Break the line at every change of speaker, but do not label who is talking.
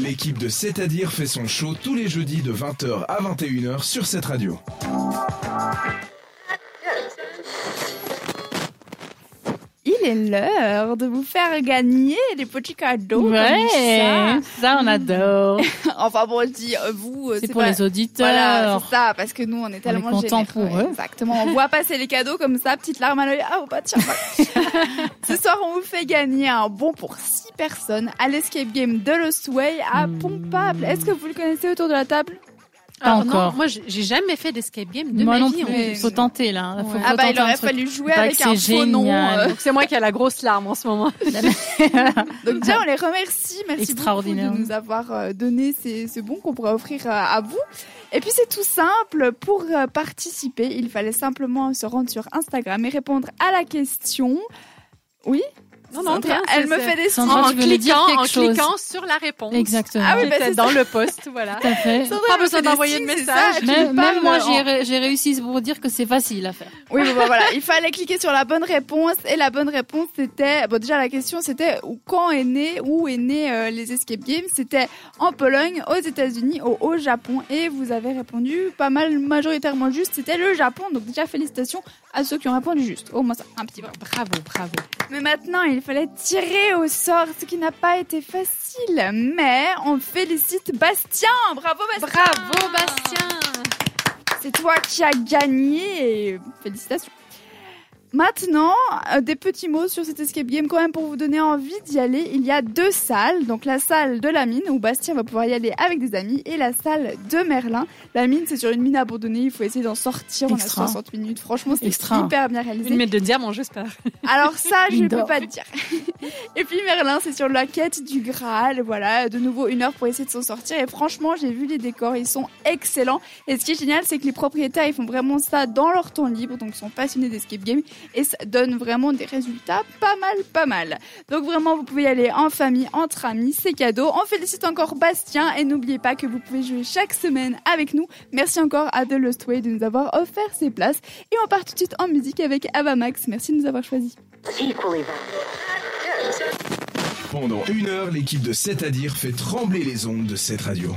l'équipe de C'est-à-dire fait son show tous les jeudis de 20h à 21h sur cette radio.
Il est l'heure de vous faire gagner des petits cadeaux. Oh, comme ça.
ça, on adore.
Enfin bon, je dis euh, vous. euh,
C'est pour
pas-
les auditeurs.
Voilà, c'est ça, parce que nous, on est tellement
content
généreux.
pour eux.
Exactement. On voit passer les cadeaux comme ça, petite larme à l'œil. Ah, oh, bah tiens. bah. Ce soir, on vous fait gagner un bon pour 6 personnes à l'escape game de l'Osway à
Hmm.
Pompable. Est-ce que vous le connaissez autour de la table
Pas
Alors Ah, non,
encore.
moi, j'ai j'ai jamais fait d'escape game de
Moi
ma
non
vie. en
plus.
mais-
Faut tenter là. Faut-
Ouais.
faut
Ah, bah, il
tenter un
aurait
truc.
fallu jouer
Pas
avec
que
un
c'est
faux nom.
génial.
euh.
Donc c'est moi qui ai la grosse larme en ce moment.
Donc déjà, on les remercie. Merci beaucoup de
Extraordinaire.
nous avoir euh, donné ces- ce bon qu'on pourrait offrir euh, à vous. Et puis c'est tout simple. Pour euh, participer, il fallait simplement se rendre sur Instagram et répondre à la question. Oui
Non, non,
Sandra,
rien,
elle
c'est-
me
c'est-
fait des signes.
Sandra,
en
tu voulais dire
cliquant,
quelque
en
chose.
cliquant sur la réponse.
Exactement.
Ah oui,
J'étais
bah, c'est
dans le post, voilà.
Tout à fait.
Sandra,
Pas
elle me
besoin
fait des
d'envoyer de
signes, c'est
message.
ça, tu
Même,
lui
même
parles
moi,
en-
j'ai ré- j'ai réussi pour dire que c'est facile à faire.
Oui, bon, bah, voilà, il fallait cliquer sur la bonne réponse et la bonne réponse c'était bon déjà la question c'était où- quand est né où est né euh, les escape games C'était en Pologne, aux États-Unis, au, au Japon et vous avez répondu pas mal majoritairement juste, c'était le Japon. Donc déjà félicitations à ceux qui ont répondu juste. Au moins ça, un petit peu.
Bravo, bravo.
Mais maintenant, il fallait tirer au sort, ce qui n'a pas été facile, mais on félicite Bastien. Bravo Bastien.
Bravo, Bastien.
C'est toi qui as gagné et félicitations. Maintenant, euh, des petits mots sur cet escape game quand même pour vous donner envie d'y aller. Il y a deux salles, donc la salle de la mine où Bastien va pouvoir y aller avec des amis et la salle de Merlin. La mine, c'est sur une mine abandonnée, il faut essayer d'en sortir.
Extra.
On a 60 minutes, franchement, c'est
Extra.
hyper bien réalisé.
Une mètre de diamant, j'espère.
Alors ça, je
Mine
ne peux
d'or.
pas te dire. Et puis Merlin, c'est sur la quête du Graal. Voilà, de nouveau une heure pour essayer de s'en sortir. Et franchement, j'ai vu les décors, ils sont excellents. Et ce qui est génial, c'est que les propriétaires, ils font vraiment ça dans leur temps libre, donc ils sont passionnés d'escape game. Et ça donne vraiment des résultats pas mal, pas mal. Donc vraiment, vous pouvez y aller en famille, entre amis, c'est cadeau. On félicite encore Bastien et n'oubliez pas que vous pouvez jouer chaque semaine avec nous. Merci encore à The Lost Way de nous avoir offert ces places. Et on part tout de suite en musique avec Ava Max. Merci de nous avoir choisis.
Pendant une heure, l'équipe de C'est-à-dire fait trembler les ondes de cette radio.